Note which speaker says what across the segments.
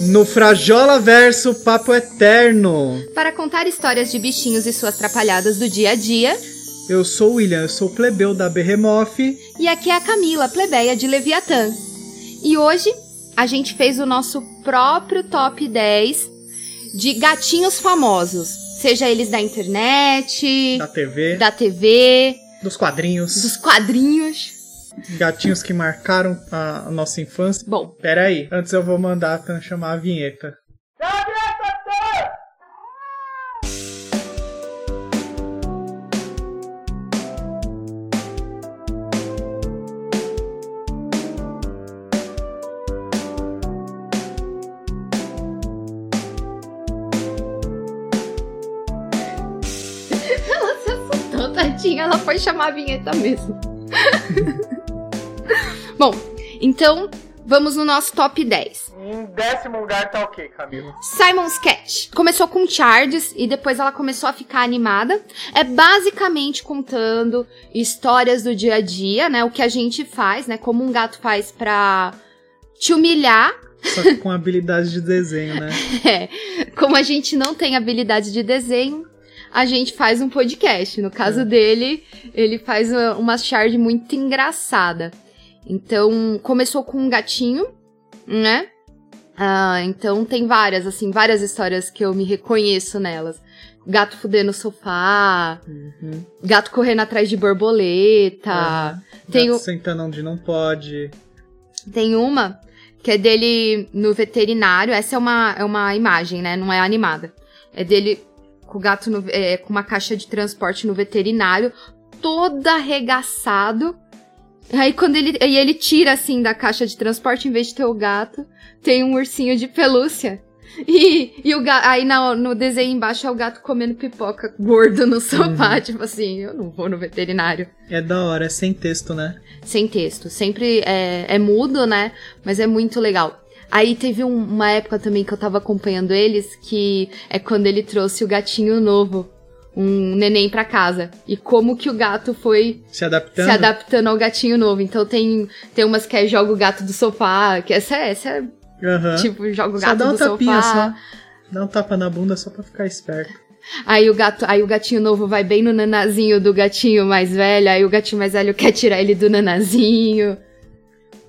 Speaker 1: No Frajola Verso Papo Eterno.
Speaker 2: Para contar histórias de bichinhos e suas trapalhadas do dia a dia.
Speaker 1: Eu sou o William, eu sou o plebeu da Behemoth.
Speaker 2: E aqui é a Camila, plebeia de Leviatã. E hoje a gente fez o nosso próprio top 10 de gatinhos famosos. Seja eles da internet,
Speaker 1: Da TV,
Speaker 2: da TV,
Speaker 1: dos quadrinhos.
Speaker 2: dos quadrinhos.
Speaker 1: Gatinhos que marcaram a a nossa infância.
Speaker 2: Bom,
Speaker 1: Pera aí, antes eu vou mandar a Tan chamar a vinheta.
Speaker 2: Então, tadinha, ela foi chamar a vinheta mesmo. Bom, então vamos no nosso top 10.
Speaker 1: Em décimo lugar tá o quê, Camila?
Speaker 2: Simon's Cat. Começou com Charges e depois ela começou a ficar animada. É basicamente contando histórias do dia a dia, né? O que a gente faz, né? Como um gato faz pra te humilhar.
Speaker 1: Só que com habilidade de desenho, né?
Speaker 2: Como a gente não tem habilidade de desenho, a gente faz um podcast. No caso
Speaker 1: É.
Speaker 2: dele, ele faz uma, uma charge muito engraçada. Então, começou com um gatinho, né? Ah, então tem várias, assim, várias histórias que eu me reconheço nelas. Gato fudendo o sofá,
Speaker 1: Uhum. É.
Speaker 2: gato correndo atrás de borboleta. Tem
Speaker 1: Gato
Speaker 2: o-
Speaker 1: sentando onde não pode.
Speaker 2: Tem uma que é dele no veterinário. Essa é uma, é uma imagem, né? Não é animada. É dele com o gato no- é, com uma caixa de transporte no veterinário, todo arregaçado. Aí quando ele. E ele tira assim da caixa de transporte, em vez de ter o gato, tem um ursinho de pelúcia. E, e o ga- aí na- no desenho embaixo é o gato comendo pipoca gordo no sofá. Tipo assim, eu não vou no veterinário
Speaker 1: É da hora, é sem texto, né?
Speaker 2: sem texto. Sempre é, é mudo, né? Mas é muito legal. Aí teve um- uma época também que eu tava acompanhando eles, que é quando ele trouxe o gatinho novo, um neném pra casa. E como que o gato foi
Speaker 1: Se adaptando.
Speaker 2: se adaptando ao gatinho novo. Então tem, tem umas que é joga o gato do sofá, que essa é, essa é
Speaker 1: Aham.
Speaker 2: tipo, joga o
Speaker 1: Só
Speaker 2: gato
Speaker 1: dá um
Speaker 2: do
Speaker 1: tapinha
Speaker 2: sofá.
Speaker 1: só. Dá um tapa na bunda só pra ficar esperto.
Speaker 2: Aí o gato, aí o gatinho novo vai bem no nanazinho do gatinho mais velho, aí o gatinho mais velho quer tirar ele do nanazinho.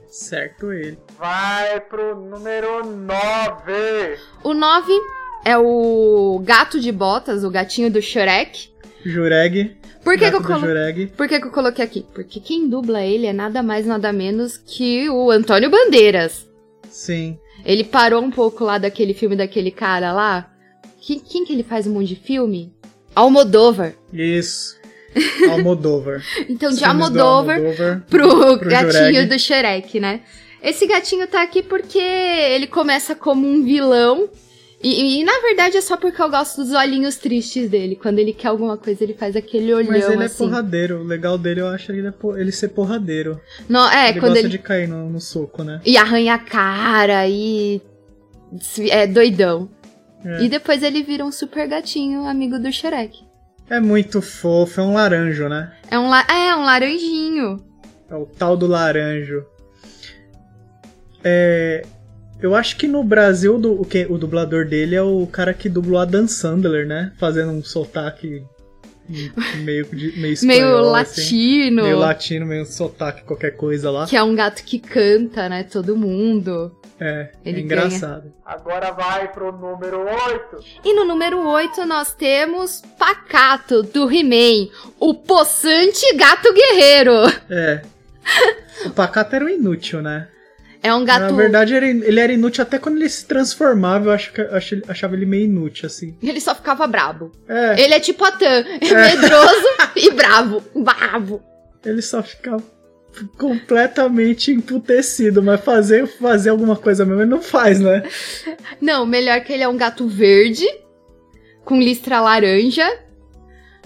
Speaker 1: Certo ele.
Speaker 3: Vai pro número 9.
Speaker 2: O 9 é o gato de botas, o gatinho do Shrek.
Speaker 1: Jureg.
Speaker 2: Por que, que, eu
Speaker 1: gato do
Speaker 2: colo...
Speaker 1: Jureg.
Speaker 2: Por que, que eu coloquei aqui? Porque quem dubla ele é nada mais, nada menos que o Antônio Bandeiras.
Speaker 1: Sim.
Speaker 2: Ele parou um pouco lá daquele filme daquele cara lá. Que- quem que ele faz um monte de filme? Almodóvar.
Speaker 1: Isso. Almodóvar.
Speaker 2: Então,
Speaker 1: Os
Speaker 2: de
Speaker 1: filmes do
Speaker 2: Almodóvar
Speaker 1: Almodóvar.
Speaker 2: pro,
Speaker 1: Pro
Speaker 2: gatinho
Speaker 1: Jureg.
Speaker 2: do Shrek, né? Esse gatinho tá aqui porque ele começa como um vilão. E, e, na verdade é só porque eu gosto dos olhinhos tristes dele. Quando ele quer alguma coisa, ele faz aquele olhão
Speaker 1: Mas ele é
Speaker 2: assim.
Speaker 1: porradeiro. O legal dele, eu acho, ele, é por- ele ser porradeiro.
Speaker 2: Não, é,
Speaker 1: ele
Speaker 2: quando
Speaker 1: gosta
Speaker 2: ele.
Speaker 1: de cair no, no soco, né?
Speaker 2: E arranha a cara e. se- É doidão.
Speaker 1: É.
Speaker 2: E depois ele vira um super gatinho, amigo do Shrek.
Speaker 1: É muito fofo, é um laranjo, né?
Speaker 2: É um, la... é, um laranjinho.
Speaker 1: É o tal do laranjo. É, eu acho que no Brasil do, o, que, o dublador dele é o cara que dublou Adam Sandler, né? Fazendo um sotaque meio, de, meio espanhol,
Speaker 2: meio
Speaker 1: assim.
Speaker 2: latino.
Speaker 1: Meio latino, meio sotaque, qualquer coisa lá.
Speaker 2: Que é um gato que canta, né? Todo mundo.
Speaker 1: É,
Speaker 2: Ele
Speaker 1: é engraçado.
Speaker 3: Agora vai pro número 8.
Speaker 2: E no número 8 nós temos Pacato do He-Man, o possante gato guerreiro.
Speaker 1: É. O Pacato era um inútil, né?
Speaker 2: É um gato.
Speaker 1: Na verdade, ele, ele era inútil até quando ele se transformava, eu acho que eu ach- achava ele meio inútil, assim.
Speaker 2: Ele só ficava brabo.
Speaker 1: É,
Speaker 2: Ele é tipo a Tan, é medroso e bravo. Bravo.
Speaker 1: ele só ficava completamente emputecido, mas fazer, fazer alguma coisa mesmo ele não faz, né?
Speaker 2: Não, melhor que ele é um gato verde, com listra laranja.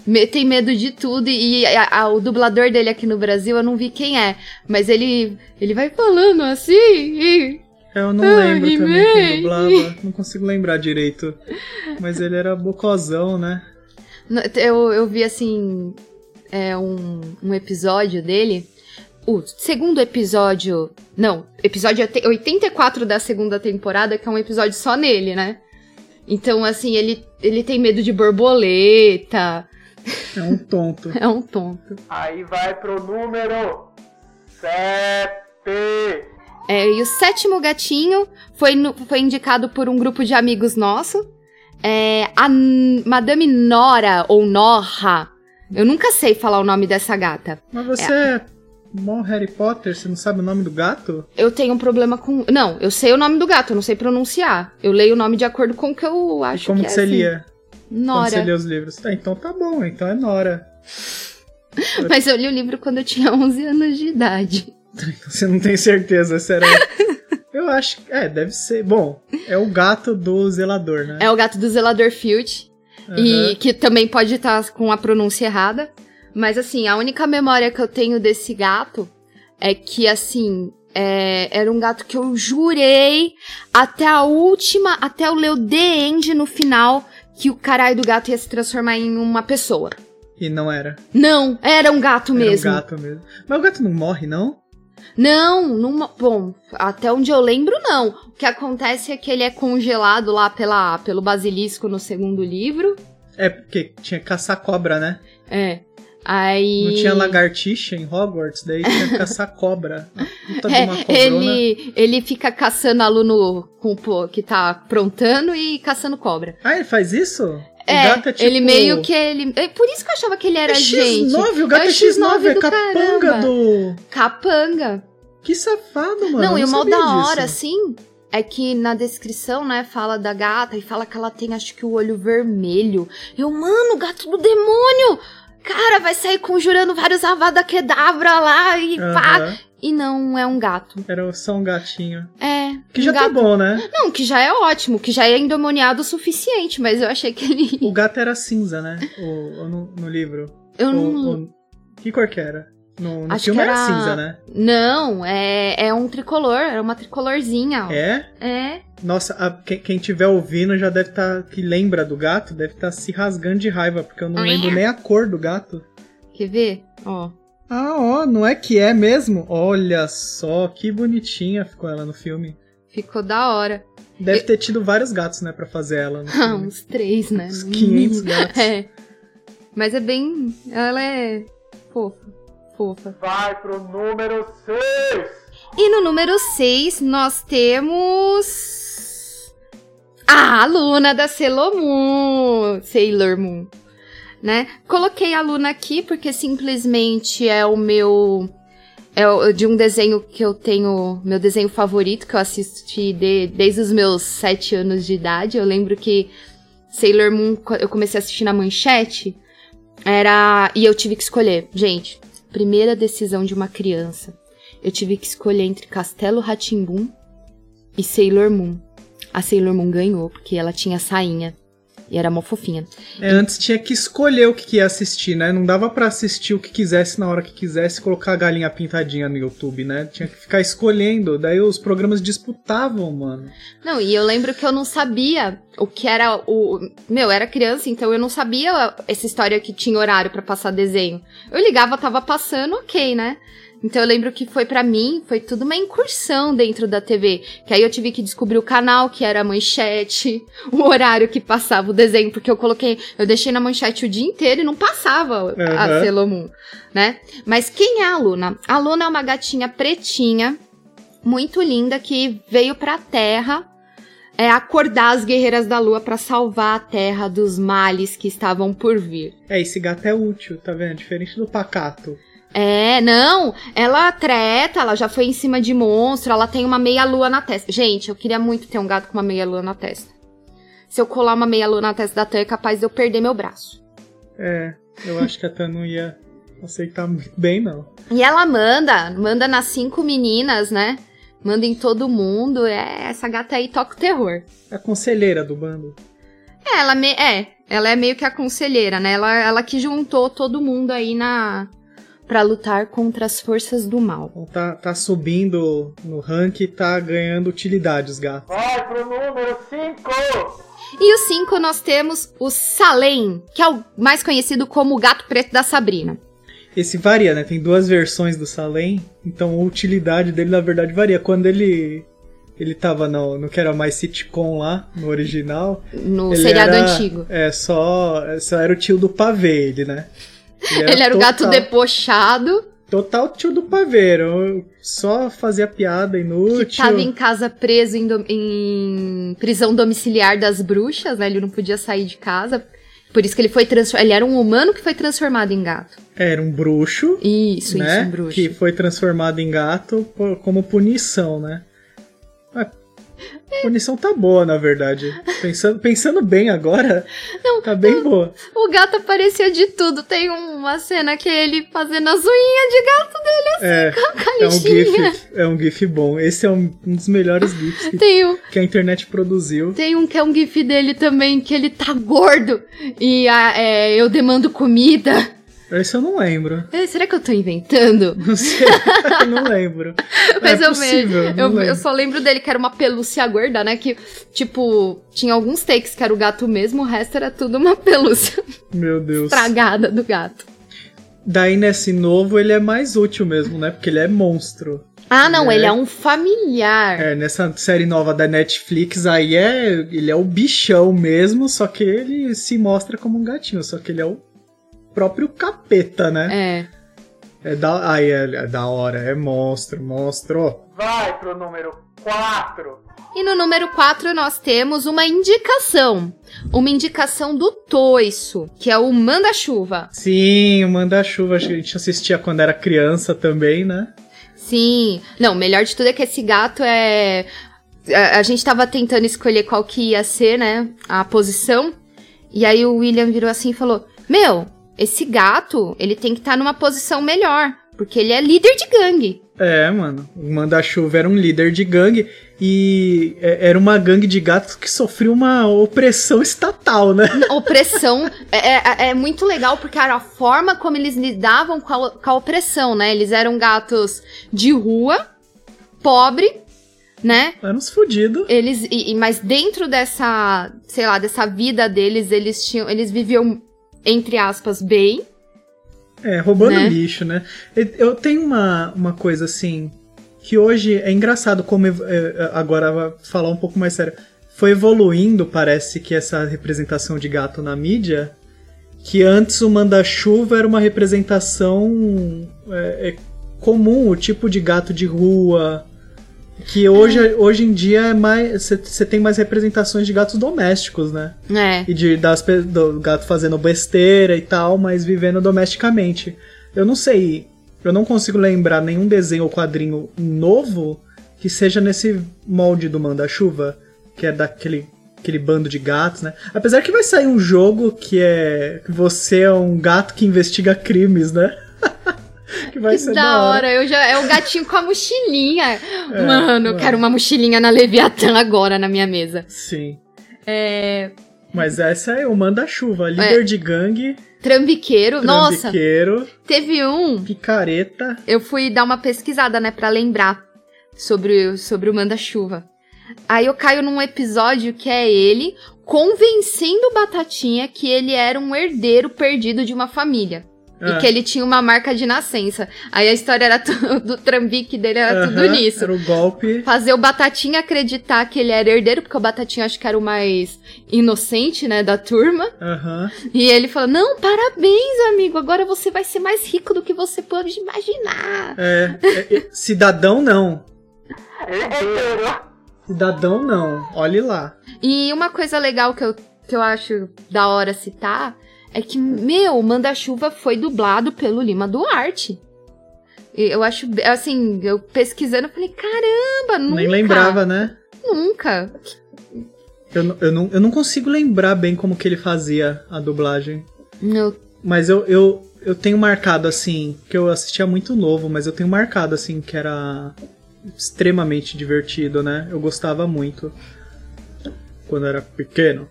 Speaker 2: me- tem medo de tudo. E a- a- o dublador dele aqui no Brasil, eu não vi quem é. Mas ele, ele vai falando assim. e-
Speaker 1: Eu não
Speaker 2: Ah,
Speaker 1: lembro também
Speaker 2: He-Man.
Speaker 1: quem dublava, não consigo lembrar direito. Mas ele era bocozão, né?
Speaker 2: No- Eu, eu vi assim é, um, um episódio dele o segundo episódio. Não, episódio 84 da segunda temporada, que é um episódio só nele, né? Então, assim, ele, ele tem medo de borboleta.
Speaker 1: É um tonto.
Speaker 2: é um tonto.
Speaker 3: Aí vai pro número 7.
Speaker 2: É, e o sétimo gatinho foi, no- foi indicado por um grupo de amigos nosso. É, a N- Madame Nora, ou Norra. Eu nunca sei falar o nome dessa gata.
Speaker 1: Mas você é mó Harry Potter, você não sabe o nome do gato?
Speaker 2: Eu tenho um problema com. Não, eu sei o nome do gato, eu não sei pronunciar. Eu leio o nome de acordo com o que eu acho
Speaker 1: e como
Speaker 2: que
Speaker 1: que,
Speaker 2: é.
Speaker 1: você
Speaker 2: assim.
Speaker 1: lia? Quando você
Speaker 2: Nora.
Speaker 1: lia os livros? Ah, então tá bom, então é Nora.
Speaker 2: Mas eu li o livro quando eu tinha 11 anos de idade.
Speaker 1: Então Você não tem certeza, será? Eu acho que. É, deve ser. Bom, é o gato do zelador, né?
Speaker 2: É o gato do zelador Filch. E
Speaker 1: Aham.
Speaker 2: que também pode estar com a pronúncia errada. Mas assim, a única memória que eu tenho desse gato é que assim. é, era um gato que eu jurei até a última, até eu ler o The End no final, que o caralho do gato ia se transformar em uma pessoa.
Speaker 1: E não era.
Speaker 2: Não, era um gato
Speaker 1: Era
Speaker 2: É mesmo.
Speaker 1: um gato mesmo. Mas o gato não morre, não?
Speaker 2: Não, numa, bom, até onde eu lembro, não. O que acontece é que ele é congelado lá pela, pelo basilisco no segundo livro.
Speaker 1: É porque tinha que caçar cobra, né?
Speaker 2: É. Aí.
Speaker 1: Não tinha lagartixa em Hogwarts, daí tinha que caçar cobra. A Puta de uma né?
Speaker 2: É,
Speaker 1: cobrona.
Speaker 2: ele, ele fica caçando aluno com, pô- que tá aprontando e caçando cobra.
Speaker 1: Ah, ele faz isso?
Speaker 2: é, ele meio que ele. é por isso que eu achava que ele era
Speaker 1: tipo é
Speaker 2: gente.
Speaker 1: X9, o gato é,
Speaker 2: É o
Speaker 1: X9, é
Speaker 2: do
Speaker 1: capanga
Speaker 2: caramba.
Speaker 1: do.
Speaker 2: Capanga.
Speaker 1: Que safado, mano.
Speaker 2: não, e
Speaker 1: eu
Speaker 2: o mal
Speaker 1: sabia
Speaker 2: da hora,
Speaker 1: disso.
Speaker 2: assim, é que na descrição, né, fala da gata e fala que ela tem, acho que, o olho vermelho. Eu, mano, gato do demônio! Cara, vai sair conjurando vários avada kedavra lá e assim, pá.
Speaker 1: Aham,
Speaker 2: E não é um gato.
Speaker 1: Era só um gatinho.
Speaker 2: É.
Speaker 1: Que
Speaker 2: um
Speaker 1: já tá
Speaker 2: gato.
Speaker 1: bom, né?
Speaker 2: Não, que já é ótimo, que já é endemoniado o suficiente, mas eu achei que ele.
Speaker 1: O gato era cinza, né? O, o no, no livro.
Speaker 2: Eu
Speaker 1: O-
Speaker 2: não.
Speaker 1: o- que cor que era? No, no
Speaker 2: Acho
Speaker 1: filme
Speaker 2: que
Speaker 1: era...
Speaker 2: era-
Speaker 1: cinza, né?
Speaker 2: Não, é, é um tricolor, é uma tricolorzinha, ó.
Speaker 1: É?
Speaker 2: é.
Speaker 1: Nossa, a- quem, quem tiver ouvindo já deve estar. que lembra do gato, deve estar se rasgando de raiva, porque eu não lembro nem a cor do gato.
Speaker 2: Quer ver? Ó.
Speaker 1: Ah, ó, não é que é mesmo? Olha só, que bonitinha ficou ela no filme.
Speaker 2: Ficou da hora.
Speaker 1: Deve ter tido vários gatos, né, pra fazer ela. No
Speaker 2: Ah,
Speaker 1: filme.
Speaker 2: uns três, né?
Speaker 1: Uns 500 gatos.
Speaker 2: É. Mas é bem. Ela é fofa. Fofa.
Speaker 3: Vai pro número 6.
Speaker 2: E no número 6, nós temos. A aluna da Sailor Moon. Sailor Moon. Né? Coloquei a Luna aqui porque simplesmente é o meu. É o- de um desenho que eu tenho. Meu desenho favorito, que eu assisti de- desde os meus sete anos de idade. Eu lembro que Sailor Moon, co- eu comecei a assistir na manchete. Era. E eu tive que escolher. Gente, primeira decisão de uma criança. Eu tive que escolher entre Castelo Ratimbum e Sailor Moon. A Sailor Moon ganhou, porque ela tinha sainha. E era mó fofinha.
Speaker 1: É, antes tinha que escolher o que, que ia assistir, né? Não dava pra assistir o que quisesse na hora que quisesse colocar a galinha pintadinha no YouTube, né? Tinha que ficar escolhendo. Daí os programas disputavam, mano.
Speaker 2: Não, e eu lembro que eu não sabia o que era o. Meu, eu era criança, então eu não sabia essa história que tinha horário pra passar desenho. Eu ligava, tava passando, ok, né? Então eu lembro que foi pra mim, foi tudo uma incursão dentro da TV. Que aí eu tive que descobrir o canal, que era a manchete, o horário que passava o desenho, porque eu coloquei. Eu deixei na manchete o dia inteiro e não passava
Speaker 1: Aham.
Speaker 2: a Sailor Moon, né? Mas quem é a Luna? A Luna é uma gatinha pretinha, muito linda, que veio pra Terra é acordar as guerreiras da lua pra salvar a terra dos males que estavam por vir.
Speaker 1: É, esse gato é útil, tá vendo? Diferente do pacato.
Speaker 2: É, não, ela treta, ela já foi em cima de monstro, ela tem uma meia lua na testa. Gente, eu queria muito ter um gato com uma meia lua na testa. Se eu colar uma meia lua na testa da Tan, é capaz de eu perder meu braço.
Speaker 1: É, eu acho que a Tan não ia aceitar muito bem, não.
Speaker 2: E ela manda, manda nas cinco meninas, né? Manda em todo mundo. É, essa gata aí toca o terror.
Speaker 1: É A conselheira do bando.
Speaker 2: É, ela me... é, ela é meio que a conselheira, né? Ela, ela que juntou todo mundo aí na para lutar contra as forças do mal.
Speaker 1: Então tá, tá subindo no rank e tá ganhando utilidade os gatos.
Speaker 3: Vai pro número 5.
Speaker 2: E o 5 nós temos o Salem, que é o mais conhecido como o gato preto da Sabrina.
Speaker 1: Esse varia, né? Tem duas versões do Salem, então a utilidade dele na verdade varia. Quando ele ele tava no, no que era mais sitcom lá, no original,
Speaker 2: No
Speaker 1: ele
Speaker 2: seriado
Speaker 1: era-
Speaker 2: antigo.
Speaker 1: é só, só era o tio do pavê, ele, né?
Speaker 2: Ele era o gato
Speaker 1: total-
Speaker 2: debochado
Speaker 1: Total tio do paveiro. Só fazia piada inútil.
Speaker 2: que tava em casa preso em, dom- em prisão domiciliar das bruxas, né? Ele não podia sair de casa. Por isso que ele foi transformado. Ele era um humano que foi transformado em gato.
Speaker 1: Era um bruxo,
Speaker 2: Isso,
Speaker 1: né?
Speaker 2: isso, um bruxo.
Speaker 1: Que foi transformado em gato por- como punição, né? A punição tá boa, na verdade. Pensando, pensando bem agora,
Speaker 2: Não,
Speaker 1: tá bem boa.
Speaker 2: O gato aparecia de tudo. Tem uma cena que é ele fazendo as unhas de gato dele, assim,
Speaker 1: É,
Speaker 2: a
Speaker 1: é um
Speaker 2: lixinha.
Speaker 1: gif, é um gif bom. Esse é um, um dos melhores gifs que,
Speaker 2: Tem um,
Speaker 1: que a internet produziu.
Speaker 2: tem um que é um gif dele também, que ele tá gordo. E a- é, eu demando comida.
Speaker 1: Esse eu não lembro.
Speaker 2: É, será que eu tô inventando?
Speaker 1: Não sei, eu não lembro.
Speaker 2: Mas
Speaker 1: é
Speaker 2: eu
Speaker 1: possível,
Speaker 2: vejo.
Speaker 1: não
Speaker 2: Eu, eu
Speaker 1: lembro.
Speaker 2: só lembro dele que era uma pelúcia gorda, né? Que, tipo, tinha alguns takes que era o gato mesmo, o resto era tudo uma pelúcia
Speaker 1: Meu Deus.
Speaker 2: estragada do gato.
Speaker 1: Daí nesse novo ele é mais útil mesmo, né? Porque ele é monstro.
Speaker 2: Ah, não,
Speaker 1: É.
Speaker 2: ele é um familiar.
Speaker 1: É, nessa série nova da Netflix aí é ele é o bichão mesmo, só que ele se mostra como um gatinho, só que ele é o próprio capeta, né?
Speaker 2: É.
Speaker 1: É, da aí é, é da hora, é monstro, monstro.
Speaker 3: Vai pro número 4.
Speaker 2: E no número 4 nós temos uma indicação. Uma indicação do Toiço, que é o Manda-Chuva.
Speaker 1: Sim, o manda-chuva acho que a gente assistia quando era criança também, né?
Speaker 2: Sim. Não, o melhor de tudo é que esse gato é. A, a gente tava tentando escolher qual que ia ser, né? A posição. E aí o William virou assim e falou: Meu, esse gato, ele tem que estar numa posição melhor. Porque ele é líder de gangue.
Speaker 1: É, mano. O manda-chuva era um líder de gangue e é- era uma gangue de gatos que sofreu uma opressão estatal, né?
Speaker 2: opressão é, é- é muito legal porque era a forma como eles lidavam com a, com a opressão, né? Eles eram gatos de rua, pobre, né?
Speaker 1: Era uns fudidos.
Speaker 2: Eles e, e- mas dentro dessa, sei lá, dessa vida deles, eles tinham, eles viviam entre aspas bem.
Speaker 1: É, roubando
Speaker 2: Né?
Speaker 1: lixo, né? Eu- Eu tenho uma, uma coisa assim. Que hoje é engraçado como. ev- é, Agora vou falar um pouco mais sério. Foi evoluindo, parece que essa representação de gato na mídia. Que antes o manda-chuva era uma representação é, é, comum, o tipo de gato de rua. Que hoje, hoje em dia é mais. Você tem mais representações de gatos domésticos, né?
Speaker 2: É.
Speaker 1: E de, das, pe- do gato fazendo besteira e tal, mas vivendo domesticamente. Eu não sei, eu não consigo lembrar nenhum desenho ou quadrinho novo que seja nesse molde do Manda-Chuva, que é daquele aquele bando de gatos, né? Apesar que vai sair um jogo que é que você é um gato que investiga crimes, né? que vai
Speaker 2: que
Speaker 1: ser
Speaker 2: da, hora. Eu já é o gatinho com a mochilinha. Mano, eu
Speaker 1: é.
Speaker 2: quero uma mochilinha na Leviatã agora na minha mesa.
Speaker 1: Sim.
Speaker 2: É,
Speaker 1: Mas essa é o Manda-Chuva, líder de gangue,
Speaker 2: trambiqueiro. Nossa,
Speaker 1: trambiqueiro,
Speaker 2: teve um
Speaker 1: picareta.
Speaker 2: eu fui dar uma pesquisada, né, Pra lembrar sobre, o- sobre o manda-chuva. Aí eu caio num episódio que é ele convencendo o Batatinha que ele era um herdeiro perdido de uma família.
Speaker 1: Ah.
Speaker 2: E que ele tinha uma marca de nascença. Aí a história era tu- do trambique dele, era tudo
Speaker 1: Aham,
Speaker 2: nisso.
Speaker 1: Era o golpe.
Speaker 2: Fazer o Batatinha acreditar que ele era herdeiro, porque o Batatinha acho que era o mais inocente, né, da turma.
Speaker 1: Aham.
Speaker 2: E ele fala: Não, parabéns, amigo, agora você vai ser mais rico do que você pode imaginar.
Speaker 1: É, é, é, cidadão não.
Speaker 3: Herdeiro.
Speaker 1: Cidadão não. Olhe lá.
Speaker 2: E uma coisa legal que eu, que eu acho da hora citar é que, meu, o Manda-Chuva foi dublado pelo Lima Duarte. E Eu acho, be- assim, eu pesquisando, eu falei, caramba, nunca.
Speaker 1: Nem lembrava, né?
Speaker 2: Nunca.
Speaker 1: Eu, não- eu, não, eu não consigo lembrar bem como que ele fazia a dublagem.
Speaker 2: Eu,
Speaker 1: Mas eu, eu, eu tenho marcado, assim, que eu assistia muito novo, mas eu tenho marcado, assim, que era extremamente divertido, né? Eu gostava muito. Quando era pequeno.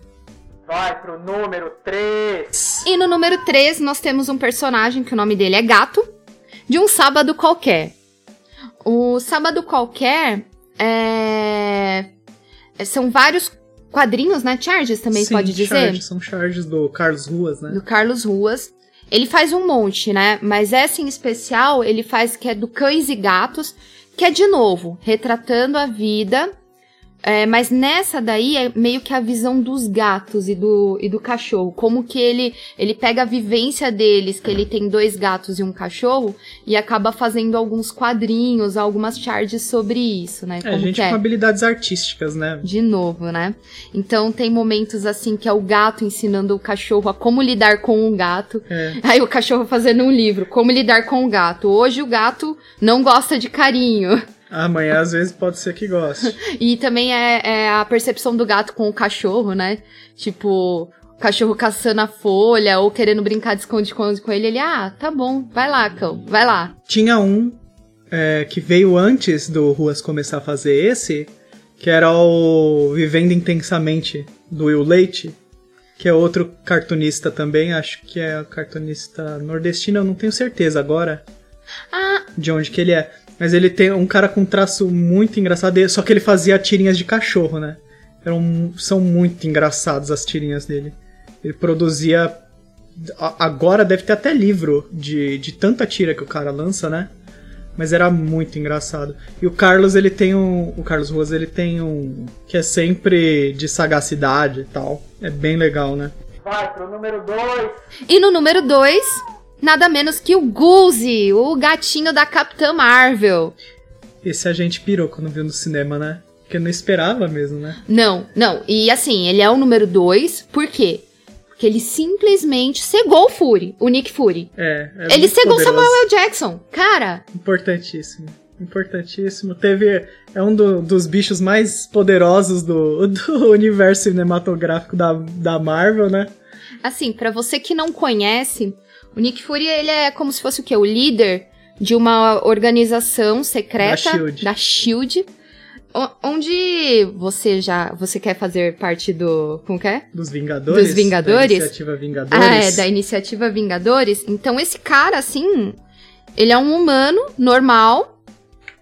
Speaker 3: Vai pro número 3.
Speaker 2: E no número 3, nós temos um personagem que o nome dele é Gato, de um sábado qualquer. O sábado qualquer é. São vários quadrinhos, né? Charges também
Speaker 1: Sim,
Speaker 2: pode dizer?
Speaker 1: charges, são charges do Carlos Ruas, né?
Speaker 2: do Carlos Ruas. Ele faz um monte, né? Mas essa em especial ele faz que é do Cães e Gatos, que é de novo, retratando a vida. É, mas nessa daí é meio que a visão dos gatos e do, e do cachorro. Como que ele, ele pega a vivência deles, que ele tem dois gatos e um cachorro, e acaba fazendo alguns quadrinhos, algumas charges sobre isso, né?
Speaker 1: É,
Speaker 2: Como
Speaker 1: gente
Speaker 2: que é?
Speaker 1: com habilidades artísticas, né?
Speaker 2: De novo, né? Então tem momentos assim que é o gato ensinando o cachorro a como lidar com o gato.
Speaker 1: É.
Speaker 2: Aí o cachorro fazendo um livro, como lidar com o gato. Hoje o gato não gosta de carinho.
Speaker 1: Amanhã, às vezes, pode ser que goste.
Speaker 2: E também é, é a percepção do gato com o cachorro, né? Tipo, o cachorro caçando a folha ou querendo brincar de esconde-esconde com ele. Ele, ah, tá bom, vai lá, cão, vai lá.
Speaker 1: Tinha um é, que veio antes do Ruas começar a fazer esse, que era o Vivendo Intensamente, do Will Leite, que é outro cartunista também, acho que é cartunista nordestino, eu não tenho certeza agora.
Speaker 2: Ah,
Speaker 1: de onde que ele é. Mas ele tem um cara com traço muito engraçado, e- só que ele fazia tirinhas de cachorro, né? Eram, mu- são muito engraçadas as tirinhas dele. Ele produzia. a- Agora deve ter até livro de, de tanta tira que o cara lança, né? Mas era muito engraçado. E o Carlos, ele tem um. O Carlos Ruas, ele tem um. Que é sempre de sagacidade e tal. É bem legal, né?
Speaker 3: Vai pro número 2.
Speaker 2: e no número 2, nada menos que o Guzi, o gatinho da Capitã Marvel.
Speaker 1: Esse é a gente pirou quando viu no cinema, né? Porque não esperava mesmo, né?
Speaker 2: Não, não. E assim, ele é o número 2, por quê? Porque ele simplesmente cegou o Fury, o Nick Fury.
Speaker 1: É. é
Speaker 2: ele
Speaker 1: muito
Speaker 2: cegou o
Speaker 1: poderoso.
Speaker 2: Samuel Jackson. Cara,
Speaker 1: Importantíssimo. Importantíssimo. Teve. É um do- dos bichos mais poderosos do, do universo cinematográfico da, da Marvel, né?
Speaker 2: assim, pra você que não conhece, o Nick Fury, ele é como se fosse o quê? O líder de uma organização secreta
Speaker 1: Da SHIELD.
Speaker 2: da Shield. o- Onde você já, você quer fazer parte do, como que é?
Speaker 1: Dos Vingadores.
Speaker 2: Dos Vingadores?
Speaker 1: Da iniciativa Vingadores.
Speaker 2: Ah, é, da iniciativa Vingadores. Então, esse cara, assim, ele é um humano normal,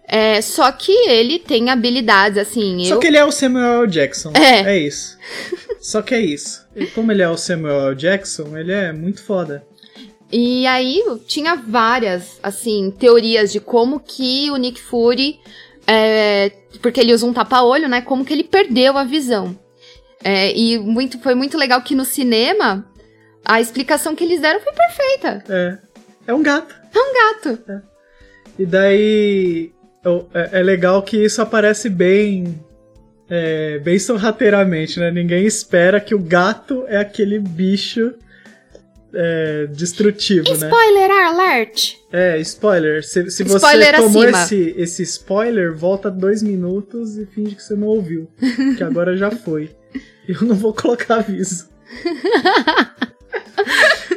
Speaker 2: é, só que ele tem habilidades, assim.
Speaker 1: Só
Speaker 2: eu-
Speaker 1: que ele é o Samuel L. Jackson.
Speaker 2: É.
Speaker 1: É isso. Só que é isso. E como ele é o Samuel L. Jackson, ele é muito foda.
Speaker 2: E aí, tinha várias, assim, teorias de como que o Nick Fury. é, porque ele usa um tapa-olho, né? Como que ele perdeu a visão. É, e muito, foi muito legal que no cinema. A explicação que eles deram foi perfeita.
Speaker 1: É. É um gato.
Speaker 2: Gato.
Speaker 1: E daí. eu- É, é legal que isso aparece bem. É, bem sorrateiramente, né? Ninguém espera que o gato é aquele bicho é, destrutivo, né?
Speaker 2: Spoiler alert!
Speaker 1: É, spoiler. Se, se você
Speaker 2: Spoiler
Speaker 1: tomou
Speaker 2: acima.
Speaker 1: esse, esse spoiler, volta dois minutos e finge que você não ouviu. Que agora já foi. Eu não vou colocar aviso.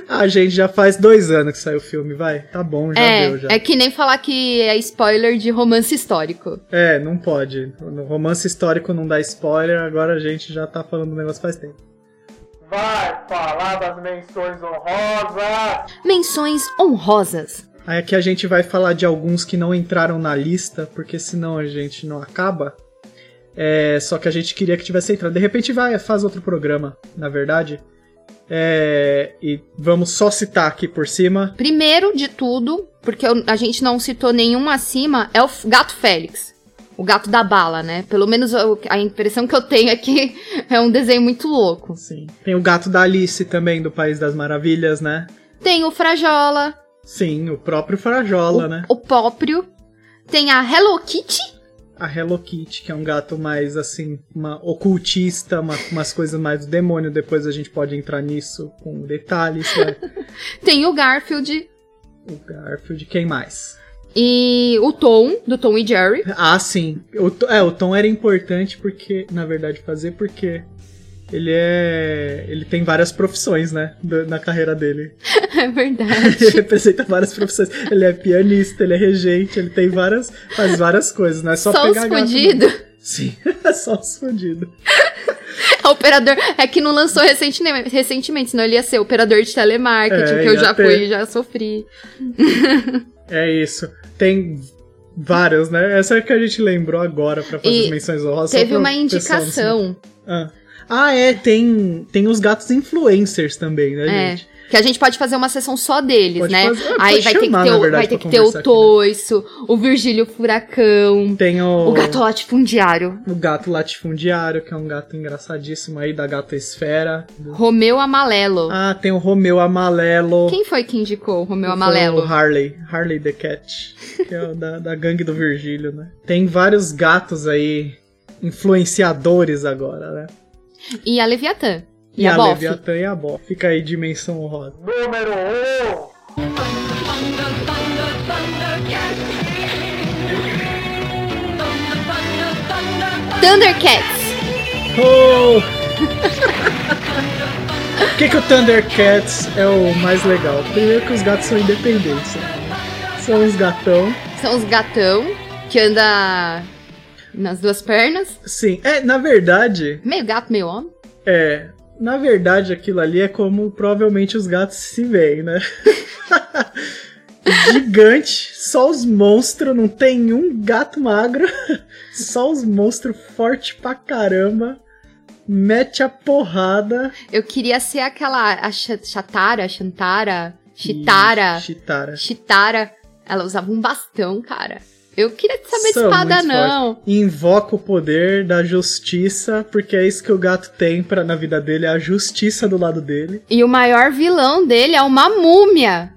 Speaker 1: ah, gente, já faz dois anos que saiu o filme, vai. Tá bom, já
Speaker 2: é,
Speaker 1: deu já.
Speaker 2: é que nem falar que é spoiler de romance histórico.
Speaker 1: É, não pode. No romance histórico não dá spoiler, agora a gente já tá falando do negócio faz tempo.
Speaker 3: Vai falar das menções honrosas.
Speaker 2: Menções honrosas.
Speaker 1: Aí aqui a gente vai falar de alguns que não entraram na lista, porque senão a gente não acaba. É, só que a gente queria que tivesse entrado. De repente vai, faz outro programa, na verdade. É, e vamos só citar aqui por cima.
Speaker 2: Primeiro de tudo, porque eu- a gente não citou nenhum acima, é o f- gato Félix. O gato da bala, né? Pelo menos eu- a impressão que eu tenho é que é um desenho muito louco.
Speaker 1: Sim. Tem o gato da Alice também, do País das Maravilhas, né?
Speaker 2: Tem o Frajola,
Speaker 1: Sim, o próprio Frajola,
Speaker 2: o,
Speaker 1: né?
Speaker 2: o Póprio. Tem a Hello Kitty.
Speaker 1: a Hello Kitty, que é um gato mais assim, uma ocultista, uma- umas coisas mais do demônio. Depois a gente pode entrar nisso com detalhes. Né?
Speaker 2: Tem o Garfield.
Speaker 1: o Garfield, quem mais?
Speaker 2: E o Tom, do Tom e Jerry.
Speaker 1: Ah, sim. O, T- é, o Tom era importante porque, na verdade, fazer porque ele é. Ele tem várias profissões, né? do- na carreira dele.
Speaker 2: É
Speaker 1: Ele
Speaker 2: verdade.
Speaker 1: representa várias profissões. Ele é pianista, ele é regente, ele tem várias. faz várias coisas, não é só,
Speaker 2: Só, os
Speaker 1: pegar gato, não.
Speaker 2: fudidos.
Speaker 1: Sim, é só os fudidos.
Speaker 2: É operador. É que não lançou recentemente, recentemente senão ele ia ser operador de telemarketing,
Speaker 1: É,
Speaker 2: que eu
Speaker 1: ia
Speaker 2: já
Speaker 1: ter.
Speaker 2: fui e já sofri.
Speaker 1: É isso. Tem várias, né? Essa é que a gente lembrou agora pra fazer
Speaker 2: E
Speaker 1: as menções honrosas. só
Speaker 2: Teve
Speaker 1: pra
Speaker 2: uma
Speaker 1: pessoal não se-
Speaker 2: indicação
Speaker 1: Ah, Ah, é, tem, tem os gatos influencers também, né,
Speaker 2: É.
Speaker 1: gente?
Speaker 2: Que a gente pode fazer uma sessão só deles,
Speaker 1: Pode
Speaker 2: né?
Speaker 1: fazer- é,
Speaker 2: Aí
Speaker 1: pode
Speaker 2: vai ter que
Speaker 1: chamar,
Speaker 2: ter,
Speaker 1: na
Speaker 2: o-
Speaker 1: verdade,
Speaker 2: vai ter
Speaker 1: pra
Speaker 2: que ter o
Speaker 1: conversar aqui, né? Oh.
Speaker 2: Toiço, o Virgílio Furacão,
Speaker 1: Tem o,
Speaker 2: o gato latifundiário,
Speaker 1: o gato latifundiário, que é um gato engraçadíssimo aí, da gata esfera.
Speaker 2: Romeu Amalelo.
Speaker 1: Ah, tem o Romeu Amalelo.
Speaker 2: Quem foi que indicou o Romeu
Speaker 1: Foi
Speaker 2: Amalelo?
Speaker 1: O Harley, Harley the Cat, que é o da, da gangue do Virgílio, né? Tem vários gatos aí, influenciadores agora, né?
Speaker 2: E a Leviatã. E, a,
Speaker 1: a
Speaker 2: Boff.
Speaker 1: Leviatã e a Boff. Fica aí dimensão honrosa.
Speaker 3: Número 1. Um.
Speaker 2: Thundercats.
Speaker 1: Oh! Por que, que o Thundercats é o mais legal? Primeiro que os gatos são independentes. né? São uns gatão.
Speaker 2: São os gatão que anda nas duas pernas.
Speaker 1: Sim. É, na verdade,
Speaker 2: Meio gato, meio homem.
Speaker 1: é. Na verdade, aquilo ali é como provavelmente os gatos se veem, né? Gigante, só os monstros, não tem um gato magro, só os monstros forte pra caramba, mete a porrada.
Speaker 2: Eu queria ser aquela a Cha- Chatara, Chantara, Chitara,
Speaker 1: E Chitara.
Speaker 2: Chitara. Ela usava um bastão, cara. Eu queria saber de
Speaker 1: São
Speaker 2: espada,
Speaker 1: muito
Speaker 2: não.
Speaker 1: invoca o poder da justiça, porque é isso que o gato tem pra, na vida dele, é a justiça do lado dele.
Speaker 2: E o maior vilão dele é uma múmia.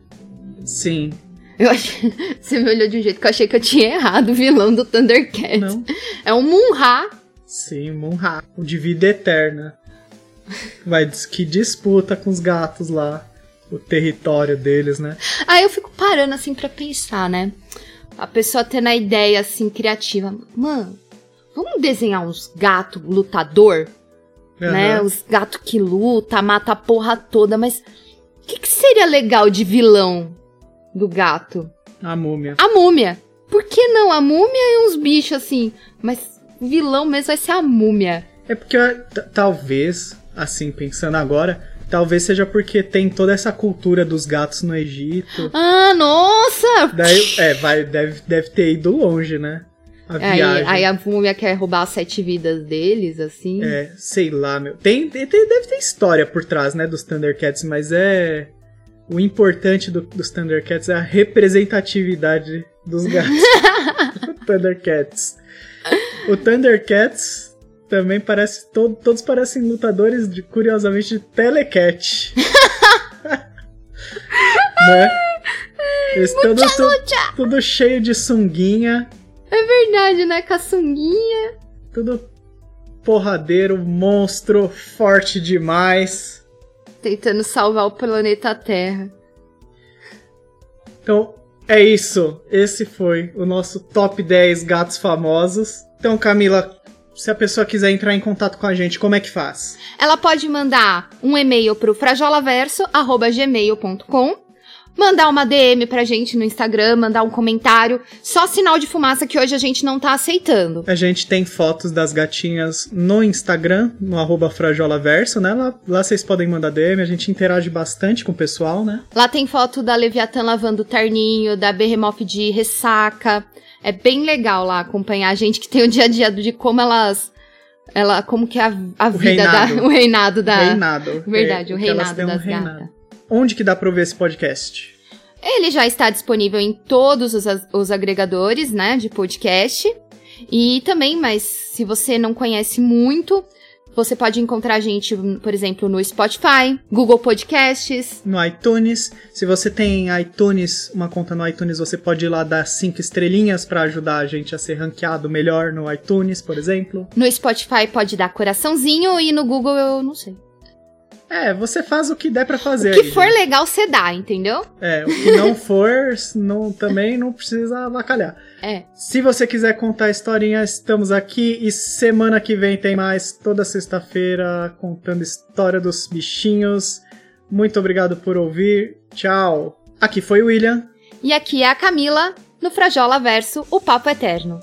Speaker 1: Sim.
Speaker 2: Eu achei... Você me olhou de um jeito que eu achei que eu tinha errado o vilão do Thundercats.
Speaker 1: Não?
Speaker 2: É um Munra.
Speaker 1: Sim, Munra, o de vida eterna. Vai dis- que disputa com os gatos lá, o território deles, né?
Speaker 2: Aí eu fico parando assim pra pensar, né? A pessoa tendo a ideia assim criativa. Mano, vamos desenhar uns gato lutador, né?
Speaker 1: Aham.
Speaker 2: Os gato que luta, mata a porra toda, mas o que, que seria legal de vilão do gato?
Speaker 1: A múmia.
Speaker 2: A múmia. Por que não? A múmia e uns bichos assim. Mas vilão mesmo vai ser a múmia.
Speaker 1: É porque t- talvez, assim, pensando agora, talvez seja porque tem toda essa cultura dos gatos no Egito.
Speaker 2: Ah, nossa!
Speaker 1: Daí, é, vai, deve, deve ter ido longe, né? A
Speaker 2: É, Aí,
Speaker 1: viagem.
Speaker 2: aí a múmia quer roubar as sete vidas deles, assim.
Speaker 1: É, sei lá, meu. Tem, tem- tem- deve ter história por trás, né, dos Thundercats, mas é. O importante do- dos Thundercats é a representatividade dos gatos. Thundercats. O Thundercats também parece. to- todos parecem lutadores, de, curiosamente, de Telecat. né? Eles todos, tu- tudo cheio de sunguinha.
Speaker 2: É verdade, né? Caçunguinha.
Speaker 1: Tudo porradeiro, monstro, forte demais.
Speaker 2: Tentando salvar o planeta Terra.
Speaker 1: Então, é isso. Esse foi o nosso top 10 gatos famosos. Então, Camila, se a pessoa quiser entrar em contato com a gente, como é que faz?
Speaker 2: Ela pode mandar um e-mail pro frajolaverso.gmail.com, mandar uma DM pra gente no Instagram, mandar um comentário. Só sinal de fumaça que hoje a gente não tá aceitando.
Speaker 1: A gente tem fotos das gatinhas no Instagram, no arroba frajolaverso, né? Lá, lá vocês podem mandar DM, a gente interage bastante com o pessoal, né?
Speaker 2: Lá tem foto da Leviatã lavando o terninho, da Behemoth de ressaca. É bem legal lá acompanhar a gente que tem o dia a dia de como elas. Ela, como que é a, a vida da.
Speaker 1: reinado.
Speaker 2: O reinado da.
Speaker 1: Reinado.
Speaker 2: Tá. Verdade,
Speaker 1: É,
Speaker 2: o
Speaker 1: que elas
Speaker 2: reinado
Speaker 1: têm um
Speaker 2: das
Speaker 1: reinado.
Speaker 2: gatas.
Speaker 1: Onde que dá pra ouvir esse podcast?
Speaker 2: Ele já está disponível em todos os, os agregadores, né, de podcast. E também, mas se você não conhece muito, você pode encontrar a gente, por exemplo, no Spotify, Google Podcasts.
Speaker 1: no iTunes. Se você tem iTunes, uma conta no iTunes, você pode ir lá dar cinco estrelinhas pra ajudar a gente a ser ranqueado melhor no iTunes, por exemplo.
Speaker 2: No Spotify pode dar coraçãozinho e no Google eu não sei.
Speaker 1: É, você faz o que der pra fazer.
Speaker 2: O que
Speaker 1: aí,
Speaker 2: for
Speaker 1: gente.
Speaker 2: legal, você dá, entendeu?
Speaker 1: É, o que não for, não, também não precisa avacalhar.
Speaker 2: É.
Speaker 1: Se você quiser contar a historinha, estamos aqui e semana que vem tem mais, toda sexta-feira, contando história dos bichinhos. Muito obrigado por ouvir. Tchau. Aqui foi o William.
Speaker 2: E aqui é a Camila, no Frajola Verso, o Papo Eterno.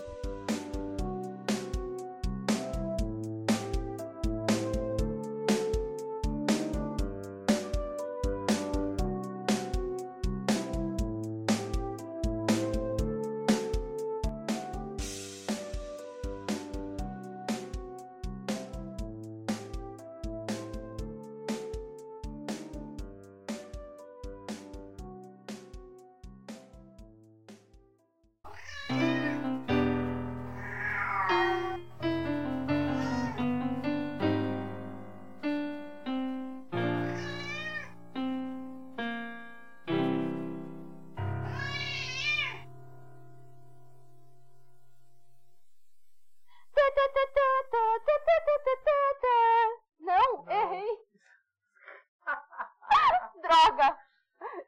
Speaker 2: droga!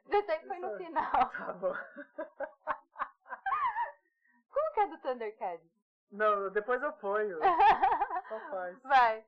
Speaker 2: Esse aí foi no final.
Speaker 1: Tá bom.
Speaker 2: Como que é do Thundercats?
Speaker 1: Não, depois eu ponho. Só faz.
Speaker 2: Vai.